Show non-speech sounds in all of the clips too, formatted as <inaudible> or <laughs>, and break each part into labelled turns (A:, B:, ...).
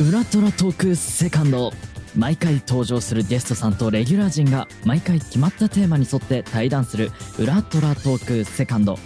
A: ウラトラトークセカンド毎回登場するゲストさんとレギュラー陣が毎回決まったテーマに沿って対談するウラトラトークセカンド、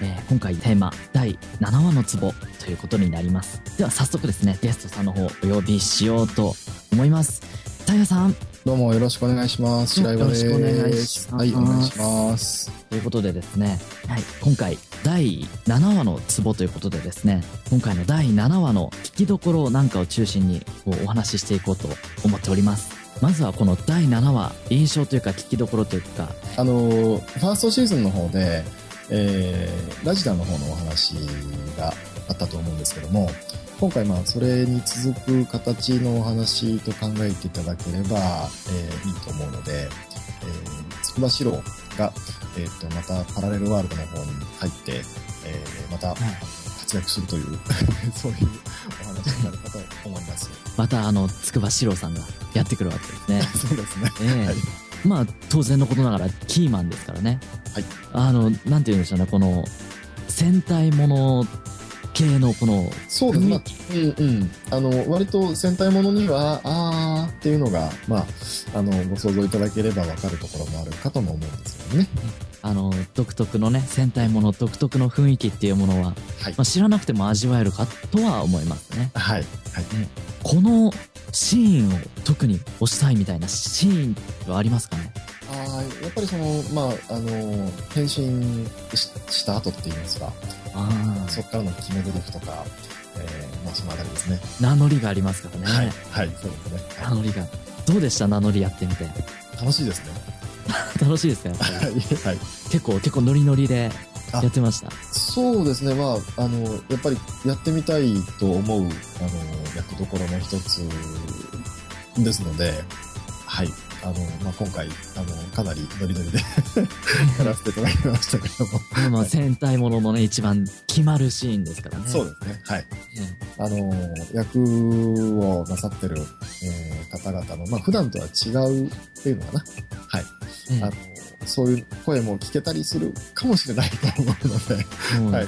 A: えー今回テーマ第7話のツボということになりますでは早速ですねゲストさんの方お呼びしようと思いますタイヤさん
B: どうもよろしくお願いします。
A: は
B: 白
A: い
B: 岩です。
A: よろしくお願いします
B: はい、お願いします。
A: ということでですね、はい、今回第7話のツボということでですね今回の第7話の聞きどころなんかを中心にこうお話ししていこうと思っておりますまずはこの第7話印象というか聞きどころというか
B: あの、ファーストシーズンの方で、えー、ラジダの方のお話があったと思うんですけども、今回まあ、それに続く形のお話と考えていただければ、えー、いいと思うので、えー、つくば四郎が、えっ、と、またパラレルワールドの方に入って、えー、また活躍するという、 <laughs> そういうお話になるかと思います。 <laughs>
A: またあの筑波四郎さんがやってくるわけですね
B: そうですね。
A: ええ
B: <laughs> はい
A: まあ当然のことながらキーマンですからね
B: はい
A: あのなんて言うんでしょうねこの戦隊もの系のこの
B: そうです
A: 雰
B: ね
A: 囲気、
B: うんうん、あの割と戦隊ものにはあーっていうのが、まあ、あのご想像いただければ分かるところもあるかとも思うんですよね。
A: あの独特のね戦隊もの独特の雰囲気っていうものは、
B: はい
A: まあ、知らなくても味わえるかとは思いますね
B: はい、
A: このシーンを特に推したいみたいなシーンはありますかね
B: あーやっぱりその、まあ、あの変身しした後っていいますか
A: あ
B: そこからの決め台詞とか、えーまあ、そのあたりですね。
A: あ名乗りがありますからね、
B: はい、はい、そうですね、
A: 名乗りがどうでした名乗りやってみ <laughs> て
B: 楽しいですね。
A: 楽しいですかやっぱり
B: はい、はい
A: 結構結構ノリノリで
B: あ
A: やってま
B: <laughs>
A: した
B: そうですね、まあ、あの、やっぱりやってみたいと思う、あの、役どころの一つですので、はい。あの、まあ、今回、あの、かなりノリノリで <laughs> やらせていただきましたけども。
A: まあまあ戦隊もののね一番決まるシーンですからね
B: そう
A: で
B: ですね、はい。
A: すね
B: あの、役をなさってる、えー方々の、まあ、普段とは違うっていうのかな。あの、そういう声も聞けたりするかもしれないと思うので、
A: そうですね、
B: はい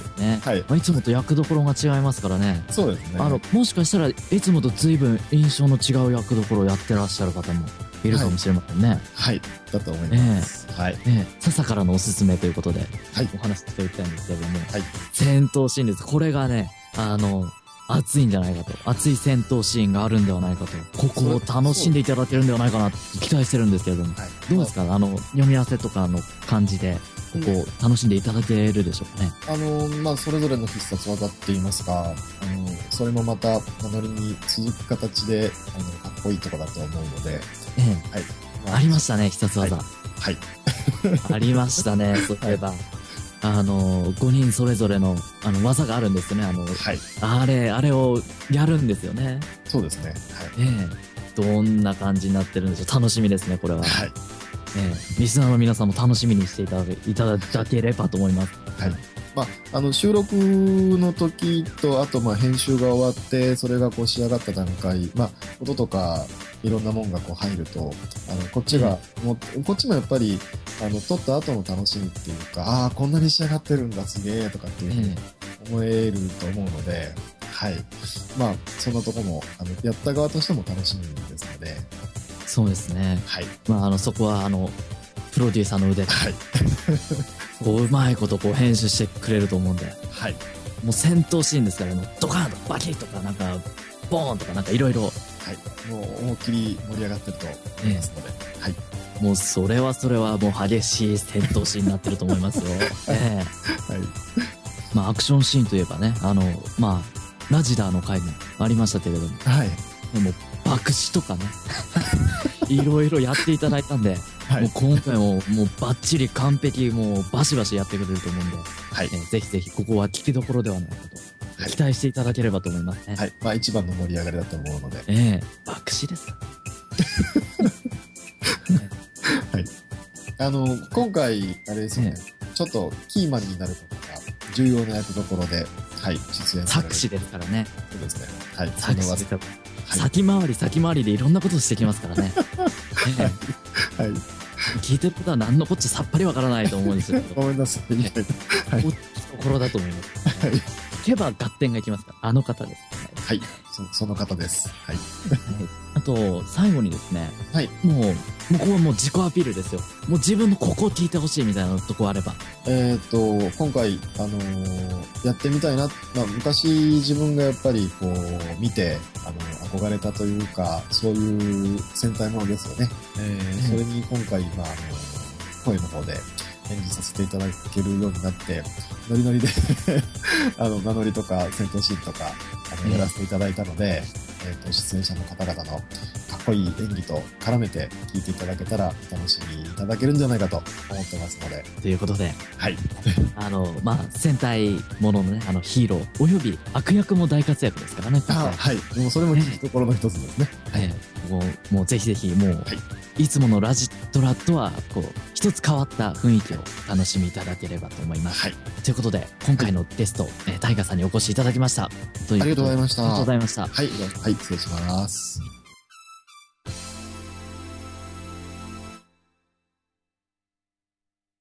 B: はい
A: まあ、いつもと役どころが違いますからね
B: そうですね。
A: あのもしかしたらいつもと随分印象の違う役どころをやってらっしゃる方もいるかもしれませんね。
B: はい、だと思います。はい。
A: ねえ笹からのおすすめということで、
B: はい
A: お話ししていきたいんですけども、
B: はい
A: 戦闘シーンです。これがね、あの、熱いんじゃないかと。熱い戦闘シーンがあるんではないかと。ここを楽しんでいただけるんではないかなと期待してるんですけれども。
B: はい、
A: どうですかあの、読み合わせとかの感じで、ここを楽しんでいただけるでしょうかね。
B: あのまあ、それぞれの必殺技って言いますか、あのそれもまた、名乗りに続く形で、あの、かっこいいとこだと思うので、。
A: ええ、ありますしたね、必殺技。
B: はい。
A: ありましたね、そういえば。あの、5人それぞれの、あの、技があるんですよね。あの、
B: はい。
A: あれ、あれをやるんですよね。
B: そうですね。
A: ねえ。どんな感じになってるんでしょう。楽しみですね、これは。
B: はい。
A: ね
B: はい。
A: え。リスナーの皆さんも楽しみにしていただけいただければと思います。
B: まあ、あの、収録の時と、あと、まあ、編集が終わって、それがこう仕上がった段階、まあ、音とか、いろんなもんがこう入ると、あの、こっちが、もう、こっちもやっぱり、あの、撮った後の楽しみっていうか、ああー、こんなに仕上がってるんだ、すげえ、とかっていうふうに
A: ね
B: 思えると思うので、はい。まあ、そんなとこも、あの、やった側としても楽しみですので、
A: えそうですね。
B: はい。
A: まあ、あの、そこは、あの、プロデューサーの腕が、
B: はい。
A: こう、うまいこと、こう、編集してくれると思うんで。
B: はい。
A: もう戦闘シーンですから、もうドカーンとバキッとか、なんか、ボーンとか、なんかいろいろ
B: はい。もう、思いっきり盛り上がってると思いますので、はい。
A: もうそれはそれはもう激しい戦闘シーンになってると思い
B: <laughs>
A: ますよ。ええ
B: はい。
A: まあアクションシーンといえばね、あの、まあ、ラジダーの回もありましたけれども、
B: はい。
A: でも爆死と
B: <laughs>
A: かね、いろいろやっていただいたんで、
B: は
A: もう
B: い。
A: 今回ももうバッチリ完璧、もうバシバシやってくれると思うんで、
B: はい
A: え。えぜひぜひここは聞きどころではないか
B: は
A: と、
B: い
A: 期待していただければと思いますね。
B: はい。まあ、一番の盛り上がりだと思うので、
A: ええ爆死です
B: <laughs>
A: か。
B: あの、今回、あれですよね
A: え、
B: ちょっとキーマンになることが重要な役どころで、はい、出演される
A: 作詞ですからね。
B: そうですね。はい。
A: 作詞
B: そ
A: で
B: の
A: すから。
B: はい
A: 先回り先回りでいろんなことしてきます <laughs> からね。ね
B: はい。
A: 聞いてることは何のこっちゃさっぱりわからないと思うん <laughs> ですけど、
B: ごめんなさい。
A: はい心だと思います。
B: はい
A: 聞けば合点がいきますから、あの方です。
B: はい。そその方です。はい。
A: あと、最後にですね、
B: はい
A: もう、もうこれはもう自己アピールですよ。もう自分のここを聞いてほしいみたいなとこあれば。
B: えーっと、今回、あのーやってみたいな、まあ、昔自分がやっぱりこう、見て、あの、憧れたというか、そういう戦隊ものですよね。えーそれに今回、まあ、あの声の方で演じさせていただけるようになって、ノリノリで、 <laughs> あの、名乗りとか戦闘シーンとか、あ
A: うん
B: の、やらせていただいたので、えーっと、出演者の方々のかっこいい演技と絡めて聞いていただけたら、楽しみいただけるんじゃないかと思ってますので、
A: ということで、
B: はい。
A: あの、まあ、戦隊もののね、あの、ヒーロー、および悪役も大活躍ですからね。
B: あはい。でもそれも聞くところの一つですね。
A: ええもう、もうぜひぜひ、もう、、
B: はい
A: つものラジトラとは、こう、一つ変わった雰囲気を楽しみいただければと思います。
B: はい。
A: ということで、今回のゲスト、えー、タイガさんにお越しいただきました。ということで
B: ありがとうございました
A: ありがとうございました。
B: はい。はい、失礼します。